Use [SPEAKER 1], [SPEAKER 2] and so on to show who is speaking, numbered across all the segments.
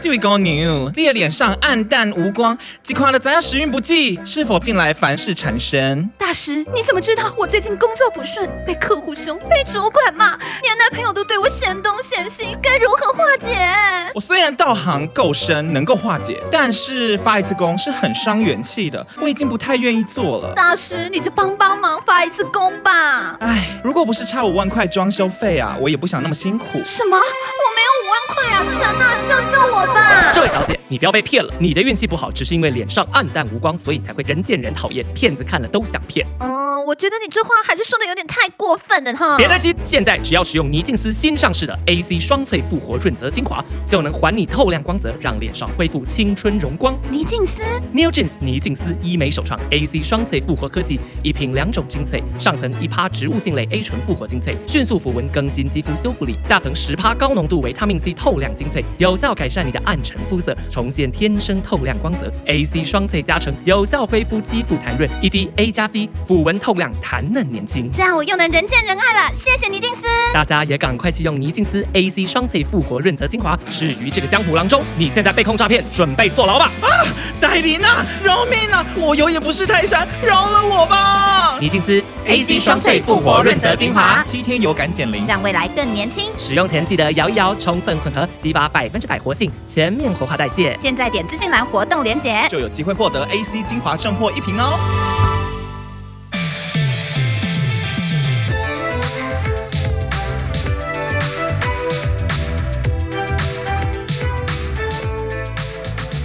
[SPEAKER 1] 这位姑娘，你的脸上暗淡无光，即看了咱家时运不济，是否近来凡事缠身？
[SPEAKER 2] 大师，你怎么知道我最近工作不顺，被客户凶，被主管骂，连男朋友都对我嫌东嫌西，该如何化解？
[SPEAKER 1] 我虽然道行够深，能够化解，但是发一次功是很伤元气的，我已经不太愿意做了。
[SPEAKER 2] 大师，你就帮帮忙，发一次功吧。
[SPEAKER 1] 唉，如果不是差五万块装修费啊，我也不想那么辛苦。
[SPEAKER 2] 什么？我没有五万块啊！神啊，救救我 吧！
[SPEAKER 3] 这位小姐，你不要被骗了，你的运气不好，只是因为脸上暗淡无光，所以才会人见人讨厌，骗子看了都想骗。
[SPEAKER 2] 嗯，我觉得你这话还是说的有点太过分了哈。
[SPEAKER 3] 别担心，现在只要使用泥净丝新上市的 AC 双萃复活润泽精华，就能还你透亮光泽，让脸上恢复青春荣光。
[SPEAKER 2] 倪静思，
[SPEAKER 3] NeoGens 泥净丝医美首创 AC 双萃复活科技，一瓶两种精粹，上层一趴植物性类 A 醇复活精粹，迅速抚纹更新肌肤修复力；下层十趴高浓度维他命 C 透亮精粹，有效改善你的暗沉肤色，重现天生透亮光泽。AC 双萃加成，有效恢复肌肤弹润，一滴 A 加 C，抚纹透亮，弹嫩年轻。
[SPEAKER 2] 这样我用的人见人爱了，谢谢倪静思。
[SPEAKER 3] 大家也赶快去用泥净丝 AC 双萃复活润泽精华，止于这个江湖郎中。你现在被控诈骗，准备坐牢吧！
[SPEAKER 1] 戴琳啊，饶命啊！我有眼不识泰山，饶了我吧！
[SPEAKER 3] 泥净丝
[SPEAKER 2] AC 双萃复活润泽精华
[SPEAKER 1] 七天有感减龄。
[SPEAKER 2] 让未来更年轻。
[SPEAKER 3] 使用前记得摇一摇，充分混合，激发百分之百活性，全面活化代谢。
[SPEAKER 2] 现在点资讯栏活动连结。
[SPEAKER 1] 就有机会获得 AC 精华正货一瓶哦。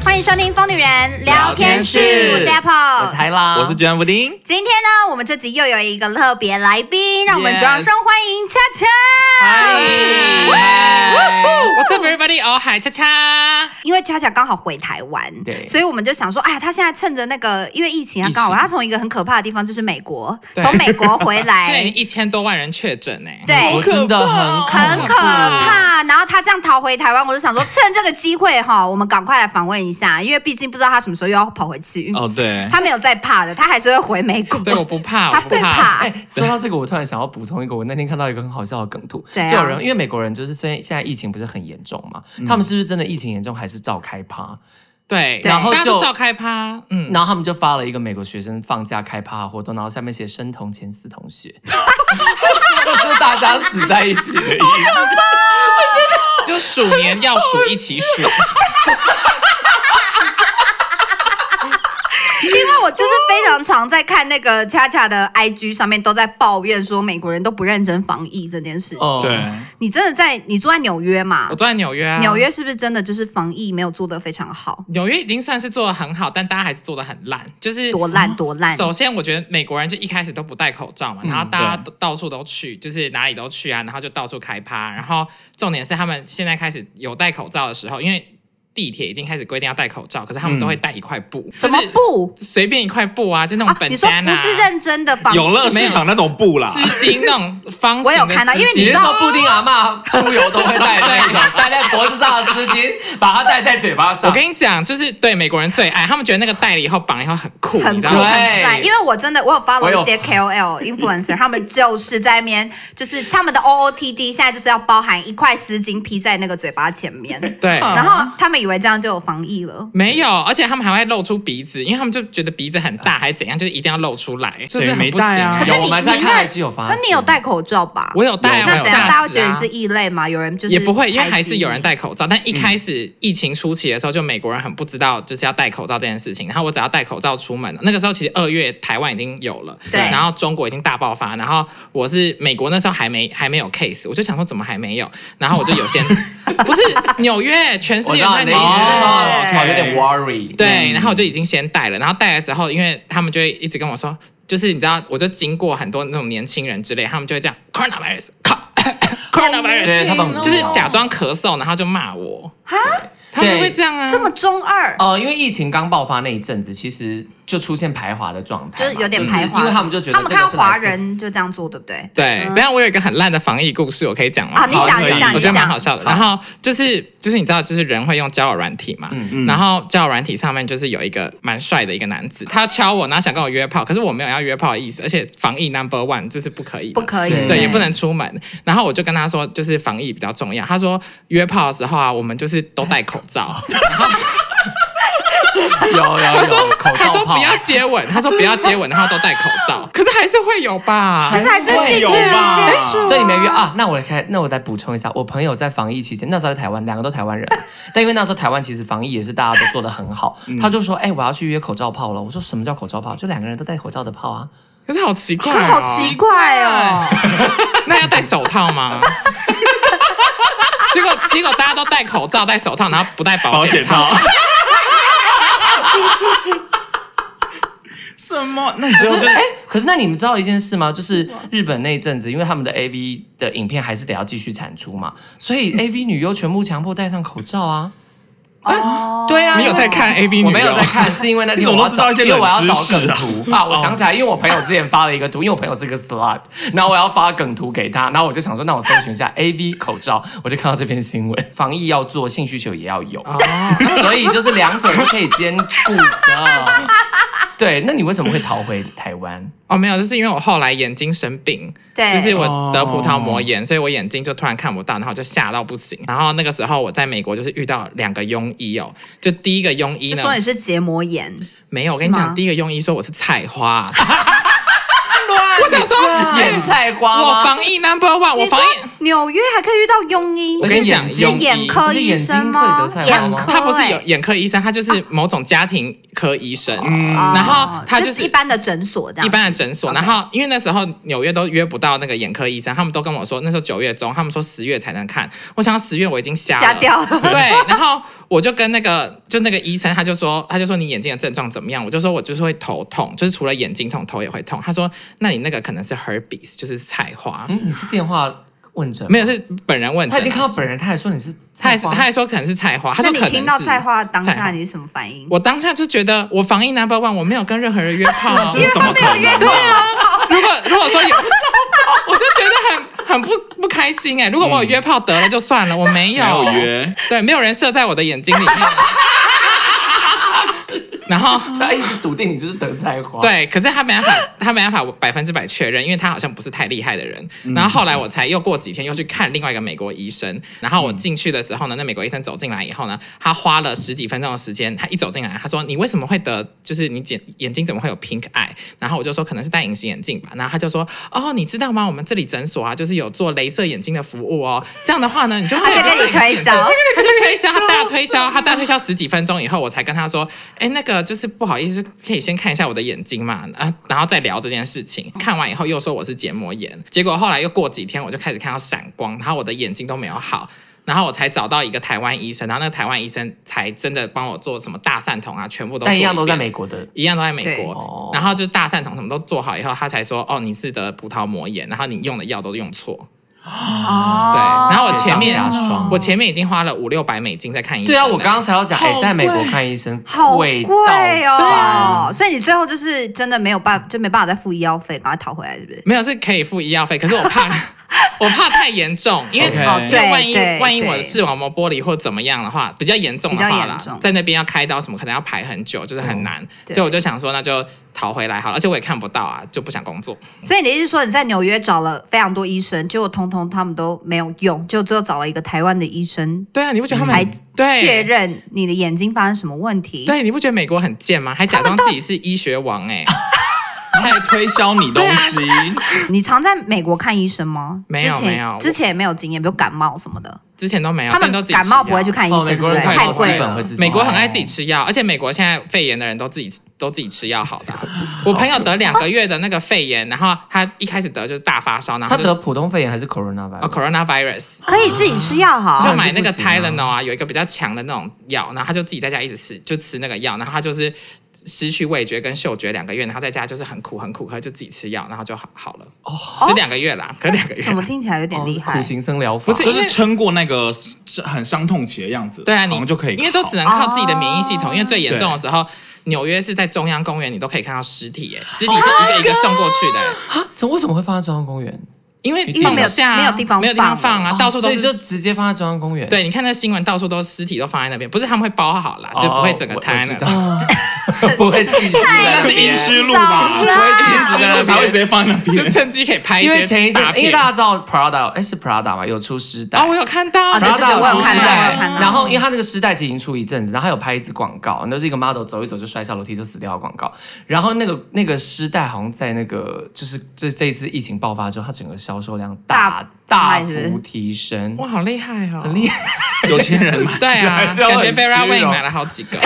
[SPEAKER 2] 欢迎收听《疯女人聊天室》，我是 Apple，
[SPEAKER 4] 我是海拉，
[SPEAKER 1] 我是卷布丁，
[SPEAKER 2] 今天呢，我们这集又有一个特别来宾，让我们
[SPEAKER 1] Yes
[SPEAKER 2] 掌声欢迎恰恰。
[SPEAKER 4] Hi，What's up everybody？哦，海恰恰，
[SPEAKER 2] 因为恰恰刚好回台湾，
[SPEAKER 4] 对
[SPEAKER 2] 所以我们就想说，哎呀，他现在趁着那个，因为疫情，他啊刚好
[SPEAKER 4] 疫情
[SPEAKER 2] 他从一个很可怕的地方，就是美国，
[SPEAKER 4] 对
[SPEAKER 2] 从美国回
[SPEAKER 4] 现在
[SPEAKER 2] 来，
[SPEAKER 4] 一千多万人确诊呢，欸
[SPEAKER 2] 对
[SPEAKER 4] 我真的
[SPEAKER 1] 好
[SPEAKER 4] 很
[SPEAKER 1] 可
[SPEAKER 2] 很可
[SPEAKER 4] 怕。
[SPEAKER 2] 怕。然后他这样逃回台湾，我就想说，趁这个机会哈，我们赶快来访问一下，因为毕竟不知道他什么时候又要跑回去。
[SPEAKER 1] 哦，对，
[SPEAKER 2] 他没有在怕的，他还是会回美国。
[SPEAKER 4] 对，我不 怕，
[SPEAKER 2] 他
[SPEAKER 4] 我
[SPEAKER 2] 不怕
[SPEAKER 4] 怕。
[SPEAKER 5] 哎，说到这个，我突然想要补充一个，我那天看到一个很好笑的梗图，
[SPEAKER 2] 怎样
[SPEAKER 5] 就有人因为美国人就是虽然现在疫情不是很严重嘛，他们是不是真的疫情严重还是照开趴？
[SPEAKER 4] 对，
[SPEAKER 2] 然后
[SPEAKER 4] 大家
[SPEAKER 5] 就
[SPEAKER 4] 都照开趴，嗯，
[SPEAKER 5] 然后他们就发了一个美国学生放假开趴的活动，然后下面写生同前四同学， 就是大家死在一起的意思。
[SPEAKER 4] 就鼠年要鼠一起数，
[SPEAKER 2] 因为我就是非常常在看那个恰恰的 IG 上面都在抱怨说美国人都不认真防疫这件事情。
[SPEAKER 5] 哦
[SPEAKER 1] 对，
[SPEAKER 2] 你真的在你住在纽约嘛
[SPEAKER 4] 我？都在纽约啊，
[SPEAKER 2] 纽约是不是真的就是防疫没有做得非常好？
[SPEAKER 4] 纽约已经算是做的很好，但大家还是做的很烂，就是嗯
[SPEAKER 2] 多烂多烂嗯
[SPEAKER 4] 首先，我觉得美国人就一开始都不戴口罩嘛，然后大家都到处都去，就是哪里都去啊，然后就到处开趴。然后重点是他们现在开始有戴口罩的时候，因为地铁已经开始规定要戴口罩，可是他们都会带一块布，
[SPEAKER 2] 嗯什么？布
[SPEAKER 4] 随便一块布啊，就那种
[SPEAKER 2] 啊？
[SPEAKER 4] 本
[SPEAKER 2] 你说
[SPEAKER 4] 单
[SPEAKER 2] 不是认真的防？
[SPEAKER 1] 永乐市场那种布啦
[SPEAKER 4] 丝，巾那种方形的
[SPEAKER 2] 我有看到
[SPEAKER 4] 丝巾
[SPEAKER 2] 因为
[SPEAKER 5] 你
[SPEAKER 2] 知
[SPEAKER 5] 是
[SPEAKER 2] 道
[SPEAKER 5] 说布丁阿嬷出游都会 带的那种，戴在脖子上的丝巾，把它戴在嘴巴上
[SPEAKER 4] 我。跟你讲，就是对美国人最爱，他们觉得那个戴了以后绑了以后哎很酷，
[SPEAKER 2] 很
[SPEAKER 4] 你
[SPEAKER 2] 酷
[SPEAKER 4] 知
[SPEAKER 2] 很
[SPEAKER 4] 道吗？
[SPEAKER 2] 帅，因为我真的我有 follow
[SPEAKER 5] 我有
[SPEAKER 2] 一些 KOL influencer，他们就是在那边，就是他们的 OOTD 现在就是要包含一块丝巾披在那个嘴巴前 面，
[SPEAKER 4] 对。
[SPEAKER 2] 然后他们以为这样就有防疫了。
[SPEAKER 4] 没有，而且他们还会露出鼻子，因为他们就觉得鼻子很
[SPEAKER 5] 啊
[SPEAKER 4] 大还是怎样，就是一定要露出来，就是很
[SPEAKER 1] 没
[SPEAKER 4] 不行
[SPEAKER 1] 戴啊
[SPEAKER 2] 可是
[SPEAKER 5] 有
[SPEAKER 2] 你
[SPEAKER 5] 我们在
[SPEAKER 2] 你
[SPEAKER 5] 看
[SPEAKER 2] 那
[SPEAKER 5] IG 有发
[SPEAKER 2] 那
[SPEAKER 5] 现，
[SPEAKER 2] 你有戴口罩吧？
[SPEAKER 4] 我有戴啊，
[SPEAKER 2] 那
[SPEAKER 4] 我有
[SPEAKER 2] 怎样？
[SPEAKER 4] 吓
[SPEAKER 2] 大家会
[SPEAKER 4] 死
[SPEAKER 2] 觉得你
[SPEAKER 4] 啊
[SPEAKER 2] 是异类吗？有人就是
[SPEAKER 4] 也不会，因为还是有人
[SPEAKER 2] 排挤
[SPEAKER 4] 戴口罩。但一开始疫情初期的时候，就美国人很不知道就是要戴口罩这件事情。然后我只要戴口罩出门，那个时候其实二月台湾已经有了，
[SPEAKER 2] 对
[SPEAKER 4] 然后中国已经大爆发，然后我是美国那时候还没还没有 case，我就想说怎么还没有，然后我就 有先不是纽约全世
[SPEAKER 5] 我
[SPEAKER 4] 界
[SPEAKER 5] 知
[SPEAKER 4] 都
[SPEAKER 5] 道
[SPEAKER 4] 在
[SPEAKER 5] 你的
[SPEAKER 4] 美
[SPEAKER 5] 意思
[SPEAKER 4] 国
[SPEAKER 5] 是说，
[SPEAKER 2] 对
[SPEAKER 5] 哦，有点 worry。嗯
[SPEAKER 4] 对，然后我就已经先戴了，然后戴的时候，因为他们就会一直跟我说，就是你知道，我就经过很多那种年轻人之类，他们就会这样 coronavirus，靠 coronavirus，
[SPEAKER 5] 对他们
[SPEAKER 4] 就是假装咳嗽，然后就骂我，
[SPEAKER 2] 啊，
[SPEAKER 4] 他们会这样啊，
[SPEAKER 2] 这么中二。
[SPEAKER 4] 哦
[SPEAKER 5] 呃，因为疫情刚爆发那一阵子，其实就出现排华的状态
[SPEAKER 2] 就
[SPEAKER 5] 嘛，
[SPEAKER 2] 是有点
[SPEAKER 5] 是
[SPEAKER 2] 排华，
[SPEAKER 5] 因为他们就觉得
[SPEAKER 2] 他们
[SPEAKER 5] 这个
[SPEAKER 2] 看到
[SPEAKER 5] 是来
[SPEAKER 2] 华
[SPEAKER 5] 自
[SPEAKER 2] 人就这样做，对不对？
[SPEAKER 4] 对，等一下我有一个很烂的防疫故事，我可以讲吗？
[SPEAKER 2] 啊你
[SPEAKER 5] 讲
[SPEAKER 4] 好
[SPEAKER 5] 你
[SPEAKER 4] 可以
[SPEAKER 5] 讲你
[SPEAKER 4] 我觉
[SPEAKER 2] 讲
[SPEAKER 4] 得蛮好笑的。然后就是就是你知道，就是人会用交友软体嘛，然后交友软体上面就是有一个蛮帅的一个男子，他敲我，然后想跟我约炮，可是我没有要约炮的意思，而且防疫 number one 就是不可以
[SPEAKER 2] 不
[SPEAKER 4] 嘛，
[SPEAKER 2] 可以，
[SPEAKER 5] 对
[SPEAKER 4] 对，也不能出门。然后我就跟他说，就是防疫比较重要。他说约炮的时候啊，我们就是都戴口罩。
[SPEAKER 5] 有有有，口
[SPEAKER 4] 他
[SPEAKER 5] 罩
[SPEAKER 4] 说
[SPEAKER 5] 炮
[SPEAKER 4] 不要接吻，他说不要接吻，然后都戴口罩。可是还是会有吧？
[SPEAKER 2] 就是还是近距离
[SPEAKER 1] 有吧
[SPEAKER 2] 接触啊，
[SPEAKER 5] 所以你没约啊？那我来开，那我再补充一下，我朋友在防疫期间，那时候在台湾，两个都台湾人， 但因为那时候台湾其实防疫也是大家都做得很好，他就说，哎、我要去约口罩炮了。我说什么叫口罩炮？就两个人都戴口罩的炮啊。
[SPEAKER 4] 可是好奇怪、
[SPEAKER 2] 可
[SPEAKER 4] 哦，
[SPEAKER 2] 好奇怪哦。
[SPEAKER 4] 那要戴手套吗？结果结果大家都戴口罩、戴手套，然后不戴保
[SPEAKER 1] 保
[SPEAKER 4] 险
[SPEAKER 1] 险
[SPEAKER 4] 套。
[SPEAKER 1] 套。 什么？那你知道
[SPEAKER 5] 可
[SPEAKER 1] 这
[SPEAKER 5] 是，哎、可是那你们知道一件事吗？就是日本那一阵子，因为他们的 AV 的影片还是得要继续产出嘛，所以 AV 女优全部强迫戴上口罩啊。
[SPEAKER 2] 哦，
[SPEAKER 5] 对啊，
[SPEAKER 4] 你有在看 A B 女优？
[SPEAKER 5] 我没有在看，是因为那天
[SPEAKER 1] 你怎
[SPEAKER 5] 我
[SPEAKER 1] 么
[SPEAKER 5] 要
[SPEAKER 1] 都知道
[SPEAKER 5] 找，
[SPEAKER 1] 一些
[SPEAKER 5] 因为我要找
[SPEAKER 1] 冷知识啊
[SPEAKER 5] 梗图啊。我想起来，因为我朋友之前发了一个图，因为我朋友是个 slut，然后我要发梗图给他，然后我就想说，那我搜寻一下 AV 口罩，我就看到这篇新闻，防疫要做，性需求也要有， 所以就是两者是可以兼顾的。对，那你为什么会逃回台湾？
[SPEAKER 4] 哦，没有，就是因为我后来眼睛生病，
[SPEAKER 2] 对
[SPEAKER 4] 就是我得葡萄膜炎，所以我眼睛就突然看不到，然后我就吓到不行。然后那个时候我在美国就是遇到两个庸医哦，就第一个庸医
[SPEAKER 2] 就
[SPEAKER 4] 呢，
[SPEAKER 2] 说你是结膜炎，
[SPEAKER 4] 没有，我跟你
[SPEAKER 2] 是吗
[SPEAKER 4] 讲，第一个庸医说我是菜 花，
[SPEAKER 1] 我哎
[SPEAKER 4] 想说
[SPEAKER 5] 演菜花吗？
[SPEAKER 4] 我防疫 number one，我
[SPEAKER 2] 你说哦
[SPEAKER 4] 防疫。
[SPEAKER 2] 纽约还可以遇到庸医，
[SPEAKER 4] 我跟你讲，
[SPEAKER 2] 是
[SPEAKER 4] 庸医
[SPEAKER 2] 眼科医生吗
[SPEAKER 5] 不是？眼
[SPEAKER 2] 眼
[SPEAKER 5] 睛会得菜花吗
[SPEAKER 2] 科
[SPEAKER 4] 他不是有
[SPEAKER 2] 欸
[SPEAKER 4] 眼科医生，他就是某种家庭科医生，
[SPEAKER 2] 哦
[SPEAKER 4] 然后他就是
[SPEAKER 2] 一般的诊所这样，
[SPEAKER 4] 一般的诊所。然后因为那时候纽约都约不到那个眼科医生，他们都跟我说那时候九月中，他们说十月才能看。我想十月我已经瞎了
[SPEAKER 2] 吓掉了。
[SPEAKER 4] 对，然后我就跟那个就那个医生，他就说他就说你眼睛的症状怎么样？我就说我就是会头痛，就是除了眼睛痛，头也会痛。他说那你那个可能是 herpes，就是菜花，
[SPEAKER 5] 嗯，你是电话问诊吗，
[SPEAKER 4] 没有是本人问诊。
[SPEAKER 5] 他已经看到本人，他还说你是菜
[SPEAKER 4] 他还是
[SPEAKER 5] 花，
[SPEAKER 4] 他还说可能是菜花，他
[SPEAKER 2] 那
[SPEAKER 4] 说
[SPEAKER 2] 你
[SPEAKER 4] 可能
[SPEAKER 2] 听到
[SPEAKER 4] 是
[SPEAKER 2] 菜花当
[SPEAKER 4] 菜花
[SPEAKER 2] 下你是什么反应？
[SPEAKER 4] 我当下就觉得我防疫 number one，我没有跟任何人约 炮、啊，
[SPEAKER 1] 这怎么可能？
[SPEAKER 4] 对啊，如果如果说有，我就觉得很很不不开心哎、如果我有约炮得了就算了，我没有，
[SPEAKER 1] 没有约，
[SPEAKER 4] 对，没有人射在我的眼睛里面。 然后
[SPEAKER 5] 他一直笃定你就是得菜花。，
[SPEAKER 4] 对，可是他没办法， 他没办法百分之百确认，因为他好像不是太厉害的人。然后后来我才又过几天又去看另外一个美国医生，然后我进去的时候呢，那美国医生走进来以后呢，他花了十几分钟的时间，他一走进来，他说你为什么会得，就是你眼眼睛怎么会有 pink eye？然后我就说可能是戴隐形眼镜吧，然后他就说哦，你知道吗？我们这里诊所啊，就是有做镭射眼睛的服务哦，这样的话呢，你就
[SPEAKER 2] 他在
[SPEAKER 4] 不用
[SPEAKER 2] 跟你
[SPEAKER 4] 戴
[SPEAKER 2] 推
[SPEAKER 4] 眼镜
[SPEAKER 2] 销，
[SPEAKER 4] 他就推销，他大推销，他大推销十几分钟以后，我才跟他说，哎，那个就是不好意思，可以先看一下我的眼睛嘛，啊，然后再聊这件事情。看完以后又说我是结膜炎，结果后来又过几天，我就开始看到闪光，然后我的眼睛都没有好。然后我才找到一个台湾医生，然后那个台湾医生才真的帮我做什么大散瞳啊，全部都
[SPEAKER 5] 但一
[SPEAKER 4] 做
[SPEAKER 5] 样都在
[SPEAKER 4] 遍
[SPEAKER 5] 美国的。
[SPEAKER 4] 一样都在美
[SPEAKER 2] 对
[SPEAKER 4] 国
[SPEAKER 5] 哦，
[SPEAKER 4] 然后就大散瞳什么都做好以后，他才说哦你是得葡萄膜炎，然后你用的药都用错，
[SPEAKER 2] 哦，
[SPEAKER 4] 对，然后我
[SPEAKER 5] 雪
[SPEAKER 4] 前
[SPEAKER 5] 上
[SPEAKER 4] 面
[SPEAKER 5] 加霜
[SPEAKER 4] 我前面已经花了五六百美金在看医生
[SPEAKER 5] 对
[SPEAKER 4] 了。
[SPEAKER 5] 啊，我刚刚才要讲，
[SPEAKER 1] 好
[SPEAKER 5] 哎、
[SPEAKER 1] 贵
[SPEAKER 5] 在美国看医生
[SPEAKER 2] 好
[SPEAKER 5] 贵
[SPEAKER 2] 贵
[SPEAKER 5] 到
[SPEAKER 2] 哦，
[SPEAKER 4] 啊
[SPEAKER 5] 爆，
[SPEAKER 2] 所以你最后就是真的没有办，就没办法再付医药费，赶快逃回来，是不是？
[SPEAKER 4] 没有是可以付医药费，可是我 怕我怕太严重，因为
[SPEAKER 1] OK
[SPEAKER 2] 哦，
[SPEAKER 1] 因为
[SPEAKER 4] 因为
[SPEAKER 2] 对，
[SPEAKER 4] 万一
[SPEAKER 2] 对
[SPEAKER 4] 万一我
[SPEAKER 2] 对
[SPEAKER 4] 视网膜剥离或怎么样的话，比较严重的
[SPEAKER 2] 比
[SPEAKER 4] 话
[SPEAKER 2] 较
[SPEAKER 4] 啦
[SPEAKER 2] 严重，
[SPEAKER 4] 在那边要开刀什么，可能要排很久，就是很难。
[SPEAKER 2] 对
[SPEAKER 4] 所以我就想说，那就逃回来好了，而且我也看不到啊，就不想工作。
[SPEAKER 2] 所以你的意思是说你在纽约找了非常多医生，结果通通他们都没有用，就最后找了一个台湾的医生
[SPEAKER 4] 对啊，你不觉得他们
[SPEAKER 2] 才
[SPEAKER 4] 很对
[SPEAKER 2] 确认你的眼睛发生什么问题？
[SPEAKER 4] 对，你不觉得美国很贱吗？还假装自己是医学王哎、
[SPEAKER 1] 太推销你东西，
[SPEAKER 2] 你常在美国看医生吗？
[SPEAKER 4] 没有
[SPEAKER 2] 之前
[SPEAKER 4] 没有
[SPEAKER 2] 之前也没有经验，比如感冒什么的，
[SPEAKER 4] 之前都没有，
[SPEAKER 2] 他
[SPEAKER 4] 之前都
[SPEAKER 2] 们
[SPEAKER 4] 自己吃
[SPEAKER 2] 感冒不会
[SPEAKER 4] 药
[SPEAKER 2] 去看医
[SPEAKER 5] 哦
[SPEAKER 2] 生，
[SPEAKER 5] 美
[SPEAKER 2] 对不
[SPEAKER 5] 国人
[SPEAKER 2] 对？
[SPEAKER 5] 看
[SPEAKER 2] 太
[SPEAKER 5] 医
[SPEAKER 2] 贵
[SPEAKER 5] 生
[SPEAKER 2] 了
[SPEAKER 5] 会。自己
[SPEAKER 4] 美国很爱自己吃药，而且美国现在肺炎的人都自己都自己吃药好 的啊、我朋友得两个月的那个肺炎，然后他一开始得就是大发烧，然
[SPEAKER 5] 他
[SPEAKER 4] 后就
[SPEAKER 5] 得啊普通肺炎还是 corona 吧、
[SPEAKER 4] 哦 coronavirus，
[SPEAKER 2] 可以自己吃药
[SPEAKER 4] 就
[SPEAKER 2] 好，
[SPEAKER 4] 买那个
[SPEAKER 5] 这不行啊
[SPEAKER 4] Tylenol 啊，有一个比较强的那种药，然后他就自己在家一直吃，就吃那个药，然后他就是失去味觉跟嗅觉两个月，然后在家就是很苦很苦，他就自己吃药，然后就好好了。哦，是两个月啦，可两个 月。
[SPEAKER 2] 怎么听起来有点厉害
[SPEAKER 5] 哦苦？行僧疗法，
[SPEAKER 4] 不是
[SPEAKER 1] 就是撑过那个很伤痛期的样子，
[SPEAKER 4] 对啊，
[SPEAKER 1] 好
[SPEAKER 4] 你
[SPEAKER 1] 像就可以好，
[SPEAKER 4] 因为都只能靠自己的免疫系统，因为最严重的时候，纽约是在中央公园，你都可以看到尸体、哎，尸体是一个一个送过去的、哎
[SPEAKER 5] 啊，这为什么会放在中央公园？
[SPEAKER 4] 因为
[SPEAKER 5] 因为
[SPEAKER 4] 放
[SPEAKER 5] 没
[SPEAKER 4] 不
[SPEAKER 5] 有
[SPEAKER 4] 下啊，
[SPEAKER 2] 没有地方
[SPEAKER 4] 没有地方
[SPEAKER 2] 放
[SPEAKER 4] 放啊，到处都
[SPEAKER 5] 哦所以
[SPEAKER 4] 是。
[SPEAKER 5] 就直接放在中央公园。
[SPEAKER 4] 对，你看那新闻，到处都是尸体都放在那边，不是他们会包好啦，
[SPEAKER 5] 哦，
[SPEAKER 4] 就不会整个
[SPEAKER 5] 我
[SPEAKER 4] 摊
[SPEAKER 5] 我知
[SPEAKER 4] 了。
[SPEAKER 5] 道 不会气死
[SPEAKER 1] 那
[SPEAKER 5] 的
[SPEAKER 1] 是阴湿路吧？
[SPEAKER 2] 早啦
[SPEAKER 1] 阴湿路才会直接放那
[SPEAKER 4] 就
[SPEAKER 1] 边。
[SPEAKER 4] 趁机可以拍一
[SPEAKER 5] 因为
[SPEAKER 4] 些
[SPEAKER 5] 前一阵
[SPEAKER 4] 大，
[SPEAKER 5] 因为
[SPEAKER 4] 片
[SPEAKER 5] 大家知道 Prada，哎是 Prada 嘛，有出丝带
[SPEAKER 4] 啊，我有看到，
[SPEAKER 2] 啊对
[SPEAKER 5] 然后
[SPEAKER 2] 是
[SPEAKER 5] 他
[SPEAKER 2] 我有
[SPEAKER 5] 出
[SPEAKER 2] 看到
[SPEAKER 5] 丝带
[SPEAKER 2] 我有看到
[SPEAKER 5] 然后因为他那个丝带其实已经出一阵子，然后他有拍一支广告，那是一个 model 走一走就摔下楼梯就死掉的广告。然后那个那个丝带好像在那个就是这这一次疫情爆发之后，它整个销售量大大
[SPEAKER 2] 大卖是不是
[SPEAKER 5] 幅提升，
[SPEAKER 4] 哇，好厉害哦，
[SPEAKER 5] 很厉害。
[SPEAKER 1] 有钱 人嘛，
[SPEAKER 4] 对啊，
[SPEAKER 5] 这样
[SPEAKER 4] 感觉
[SPEAKER 5] 很
[SPEAKER 4] Vera
[SPEAKER 5] 虚
[SPEAKER 4] Wang
[SPEAKER 5] 荣
[SPEAKER 4] 买了好几个。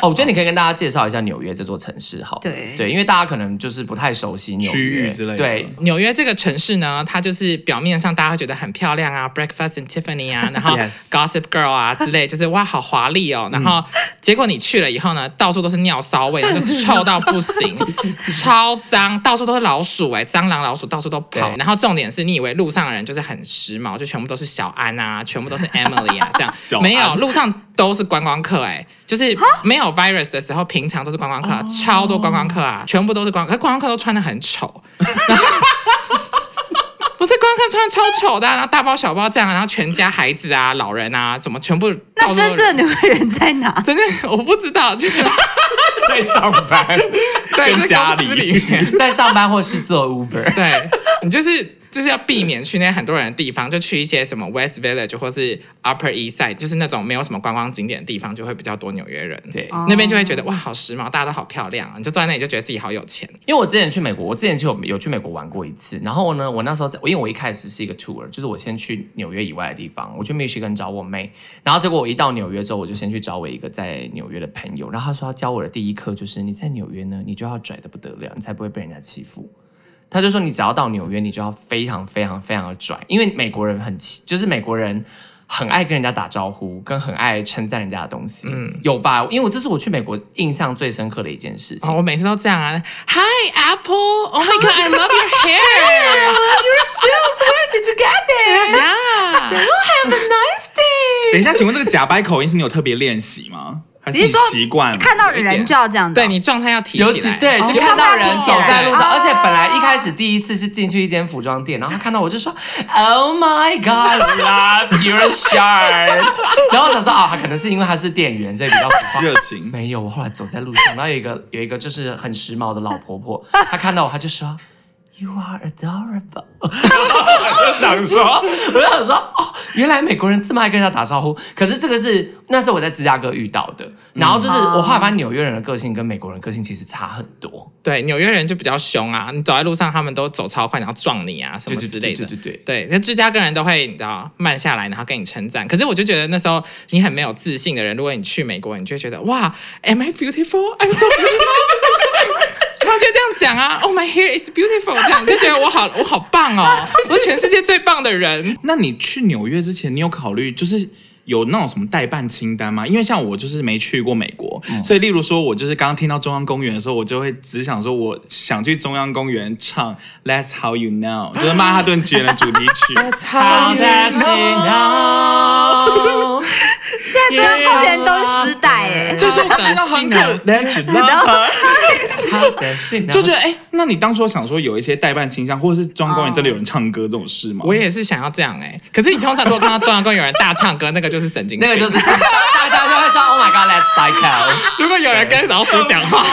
[SPEAKER 5] 哦，我觉得你可以跟大家介绍一下纽约这座城市好了，
[SPEAKER 2] 对
[SPEAKER 5] 对，因为大家可能就是不太熟悉纽约
[SPEAKER 1] 区域之类的
[SPEAKER 5] 对，
[SPEAKER 4] 纽约这个城市呢，它就是表面上大家会觉得很漂亮啊，Breakfast and Tiffany 啊，然后
[SPEAKER 1] Yes
[SPEAKER 4] Gossip Girl 啊之类，就是哇好华丽哦。然后结果你去了以后呢，到处都是尿骚味，然后就臭到不行， 超脏，到处都是老鼠哎、蟑螂、老鼠到处都跑
[SPEAKER 5] 对。
[SPEAKER 4] 然后重点是你以为路上的人就是很时髦，就全部都是小安啊，全部都是 Emily 啊这
[SPEAKER 1] 小安
[SPEAKER 4] 样，没有路上都是观光客哎、就是没有 virus 的时候，平常都是观光客、啊，超多观光客啊，全部都是观光，可观光客都穿的很丑，不是观光客穿得超丑的啊、然后大包小包这样啊，然后全家孩子啊、老人啊，怎么全部到
[SPEAKER 2] 那
[SPEAKER 4] 处都
[SPEAKER 2] 真正的纽约人在哪？
[SPEAKER 4] 真正我不知道，就是
[SPEAKER 5] 在上 班，
[SPEAKER 4] 对，
[SPEAKER 1] 跟
[SPEAKER 4] 在
[SPEAKER 1] 家
[SPEAKER 4] 公司
[SPEAKER 1] 里
[SPEAKER 4] 里面，
[SPEAKER 5] 在上班或是做 Uber，
[SPEAKER 4] 对你就是。就是要避免去那些很多人的地方，就去一些什么 West Village 或是 Upper East Side，就是那种没有什么观光景点的地方，就会比较多纽约人。
[SPEAKER 5] 对。
[SPEAKER 2] 哦
[SPEAKER 4] 那边就会觉得哇，好时髦，大家都好漂亮啊！你就坐在那里就觉得自己好有钱。
[SPEAKER 5] 因为我之前去美国，我之前就有有去美国玩过一次。然后呢，我那时候在，因为我一开始是一个 tour，就是我先去纽约以外的地方，我去密西根找我妹。然后结果我一到纽约之后，我就先去找我一个在纽约的朋友。然后他说他教我的第一课就是，你在纽约呢，你就要拽的不得了，你才不会被人家欺负。他就说你只要到纽约，你就要非常非常非常的拽，因为美国人很奇，就是美国人。很爱跟人家打招呼，跟很爱称赞人家的东西，嗯，有吧？因为我这是我去美国印象最深刻的一件事情。
[SPEAKER 4] 哦，我每次都这样啊！Hi Apple，Oh my God，I love your hair，Yeah，
[SPEAKER 5] shoes. Where did you get them? Have a nice day.
[SPEAKER 1] 等一下，请问这个假掰口音是你有特别练习吗？还是
[SPEAKER 2] 你是说
[SPEAKER 1] 习惯了？
[SPEAKER 2] 看到人就要这样子哦？
[SPEAKER 4] 对你状态要提
[SPEAKER 5] 尤
[SPEAKER 4] 起
[SPEAKER 5] 其
[SPEAKER 4] 来。
[SPEAKER 5] 对，就
[SPEAKER 2] 你看
[SPEAKER 5] 看哦到
[SPEAKER 2] 他
[SPEAKER 5] 人
[SPEAKER 2] 听起
[SPEAKER 5] 走在路上，
[SPEAKER 2] 来
[SPEAKER 5] 而且本来一开始第一次是进去一间服装店，然后他看到我就说，Oh my God, love your shirt。然后我想说啊，可能是因为他是店员，所以比较浮夸。
[SPEAKER 1] 热情。
[SPEAKER 5] 没有，我后来走在路上，然后有一个 有一个就是很时髦的老婆婆， 她看到我，她就说。You are adorable，我就想说， 我就想说，哦，原来美国人这么爱跟人家打招呼。可是这个是那是我在芝加哥遇到的，
[SPEAKER 4] 嗯
[SPEAKER 5] 然后就是
[SPEAKER 4] 啊
[SPEAKER 5] 我后来发现纽约人的个性跟美国人的个性其实差很多，
[SPEAKER 4] 对，纽约人就比较凶啊，你走在路上他们都走超快，然后撞你啊什么
[SPEAKER 5] 对对
[SPEAKER 4] 之类的。
[SPEAKER 5] 对对对对
[SPEAKER 4] 对，那芝加哥人都会你知道慢下来，然后跟你称赞。可是我就觉得那时候你很没有自信的人，如果你去美国，你就会觉得哇，Am I beautiful? I'm so beautiful 。 他们就这样讲啊，Oh my hair is beautiful，这样你就觉得我好，我好棒哦，我是全世界最棒的人。
[SPEAKER 1] 那你去纽约之前，你有考虑就是有那种什么代办清单吗？因为像我就是没去过美国，所以例如说我就是刚刚听到中央公园的时候，我就会只想说我想去中央公园唱《That's How You Know》，就是曼哈顿起源的主题曲。
[SPEAKER 4] 好的，
[SPEAKER 2] 现在中央公园都是时代哎，
[SPEAKER 1] 对，所以我刚听到
[SPEAKER 4] 新
[SPEAKER 1] 很
[SPEAKER 4] 的
[SPEAKER 1] 可 That's Love，
[SPEAKER 5] 他的是
[SPEAKER 1] 就觉得哎、那你当初想说有一些代办倾向，或者是中央公园真的有人唱歌这种事吗？
[SPEAKER 4] 哦我也是想要这样哎、可是你通常如果看到中央公园有人大唱歌，那个就是神经病。
[SPEAKER 5] 那个就是 大家就会说 Oh my God, that's psycho，
[SPEAKER 4] 如果有人跟老鼠讲 话，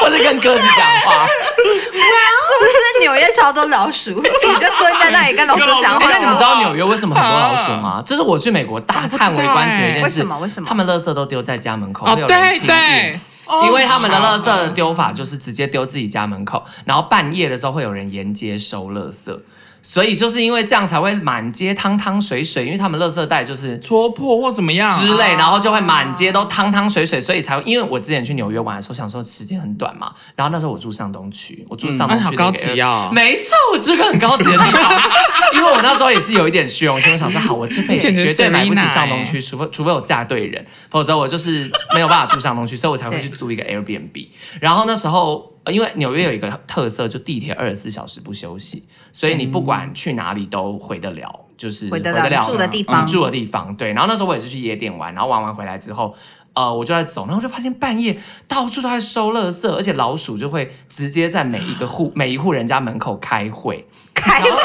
[SPEAKER 5] 或是跟鸽子讲话。
[SPEAKER 2] 是不是纽约超多老 鼠？你就蹲在那里跟老鼠讲
[SPEAKER 5] 哎、
[SPEAKER 2] 话
[SPEAKER 5] 那你们知
[SPEAKER 2] 就好。
[SPEAKER 5] 道纽约为什么很多老鼠
[SPEAKER 2] 嗯
[SPEAKER 5] 吗？这是我去美国大叹为观止的一件事。
[SPEAKER 2] 哎为什么为什么
[SPEAKER 5] 他们垃圾都丢在家门口，
[SPEAKER 4] 哦
[SPEAKER 5] 会有人
[SPEAKER 4] 对
[SPEAKER 5] 清理
[SPEAKER 4] 对。
[SPEAKER 2] 哦
[SPEAKER 5] 因为他们的垃圾的丢法就是直接丢自己家门口，然后半夜的时候会有人沿街收垃圾，所以就是因为这样才会满街汤汤水水，因为他们垃圾袋就是
[SPEAKER 1] 戳破或怎么样？
[SPEAKER 5] 之类，然后就会
[SPEAKER 4] 哦
[SPEAKER 5] 满街都汤汤水水，所以才会。因为我之前去纽约玩的时候，想说时间很短嘛，然后那时候我住上东区，我住上东
[SPEAKER 4] 嗯
[SPEAKER 5] 区、
[SPEAKER 4] 哎好高级哦
[SPEAKER 5] 没错，我住个很高级的地方， 因为我那时候也是有一点虚荣心，我想说好，我这辈子
[SPEAKER 4] 简直
[SPEAKER 5] 绝对买不起
[SPEAKER 4] Serena
[SPEAKER 5] 上东
[SPEAKER 4] 哎
[SPEAKER 5] 区，除非除非我嫁对人，否则我就是没有办法住上东区，所以我才会去租一个 Airbnb。然后那时候。呃因为纽约有一个特色，就地铁二十四小时不休息，所以你不管去哪里都回得了，就是
[SPEAKER 2] 嗯回得了你住的地
[SPEAKER 5] 嗯
[SPEAKER 2] 方
[SPEAKER 5] 住的地方。对，然后那时候我也是去夜店玩，然后玩完回来之后，呃，我就在走，然后就发现半夜到处都在收垃圾，而且老鼠就会直接在每一 个户每一户人家门口开会，
[SPEAKER 2] 开
[SPEAKER 5] 然后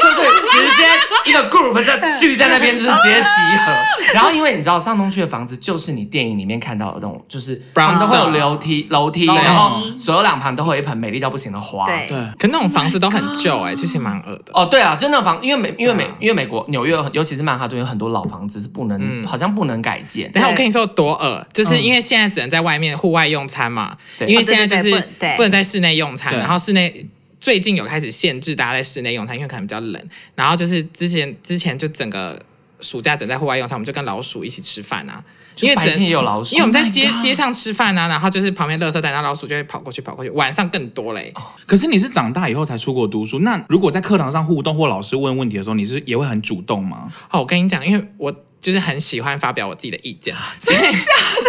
[SPEAKER 5] 就是直接一个 group 在聚在那边，就是直接集 合。
[SPEAKER 2] 啊
[SPEAKER 5] 然后因为你知道上东区的房子就是你电影里面看到的那种，就是他
[SPEAKER 1] Brownstone
[SPEAKER 5] 们都会有楼梯楼梯，
[SPEAKER 2] 楼梯
[SPEAKER 5] 然后左右两旁都会有一盆美丽到不行的花。
[SPEAKER 2] 对
[SPEAKER 1] 对，
[SPEAKER 4] 可那种房子都很旧哎、其实蛮恶的。
[SPEAKER 5] 哦，对啊，就那种房，因为美，因为美，
[SPEAKER 4] 对啊
[SPEAKER 5] 因为美国纽约，尤其是曼哈顿，有很多老房子是不能，
[SPEAKER 4] 嗯
[SPEAKER 5] 好像不能改建。
[SPEAKER 4] 等一下我跟你说有多恶，就是因为现在只能在外面户外用餐嘛，
[SPEAKER 5] 对
[SPEAKER 4] 因为现在就
[SPEAKER 2] 哦对
[SPEAKER 4] 是
[SPEAKER 2] 对对不对
[SPEAKER 4] 不能在室内用餐，
[SPEAKER 1] 对
[SPEAKER 4] 然后室内。最近有开始限制大家在室内用餐，因为可能比较冷。然后就是之前之前就整个暑假整在户外用餐，我们就跟老鼠一起吃饭啊，因为
[SPEAKER 5] 白
[SPEAKER 4] 整
[SPEAKER 5] 天也有老鼠，
[SPEAKER 4] 因为我们在
[SPEAKER 5] Oh my
[SPEAKER 4] 街
[SPEAKER 5] God
[SPEAKER 4] 街上吃饭啊，然后就是旁边垃圾袋，然后老鼠就会跑过去跑过去，晚上更多嘞、
[SPEAKER 1] 可是你是长大以后才出国读书，那如果在课堂上互动或老师问问题的时候，你是也会很主动吗？
[SPEAKER 4] 哦，我跟你讲，因为我就是很喜欢发表我自己的意见，所以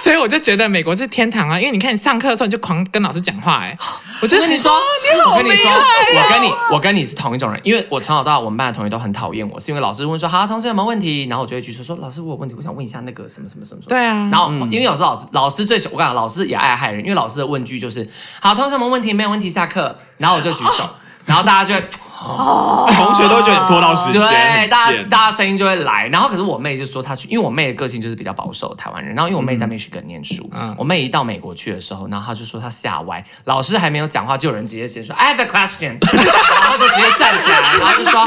[SPEAKER 4] 所以我就觉得美国是天堂啊，因为你看你上课的时候你就狂跟老师讲话、哎，
[SPEAKER 5] 我就跟你说，我跟你说，我跟你，
[SPEAKER 4] 哦
[SPEAKER 5] 我跟你是同一种人，因为我从小到大，我们班的同学都很讨厌我，是因为老师问说，好，同学有没有问题？然后我就会举手说，老师，我有问题，我想问一下那个什么什么什么什么。
[SPEAKER 4] 对啊
[SPEAKER 5] 然后因为有时候老师，老师最喜，我跟你讲，老师也爱害人，因为老师的问句就是，好，同学有没有问题？没有问题，下课。然后我就举
[SPEAKER 4] 哦
[SPEAKER 5] 手，然后大家就会。
[SPEAKER 1] 同学都会觉得你拖到时间，
[SPEAKER 5] 哦对，
[SPEAKER 1] 很
[SPEAKER 5] 大家
[SPEAKER 1] 贱
[SPEAKER 5] 大家声音就会来。然后可是我妹就说她去，因为我妹的个性就是比较保守的台湾人。然后因为我妹在密歇根念书，
[SPEAKER 4] 嗯
[SPEAKER 5] 我妹一到美国去的时候，然后她就说她吓歪，老师还没有讲话，就有人直接先说 I have a question，然 后就直接站起来，然后就 说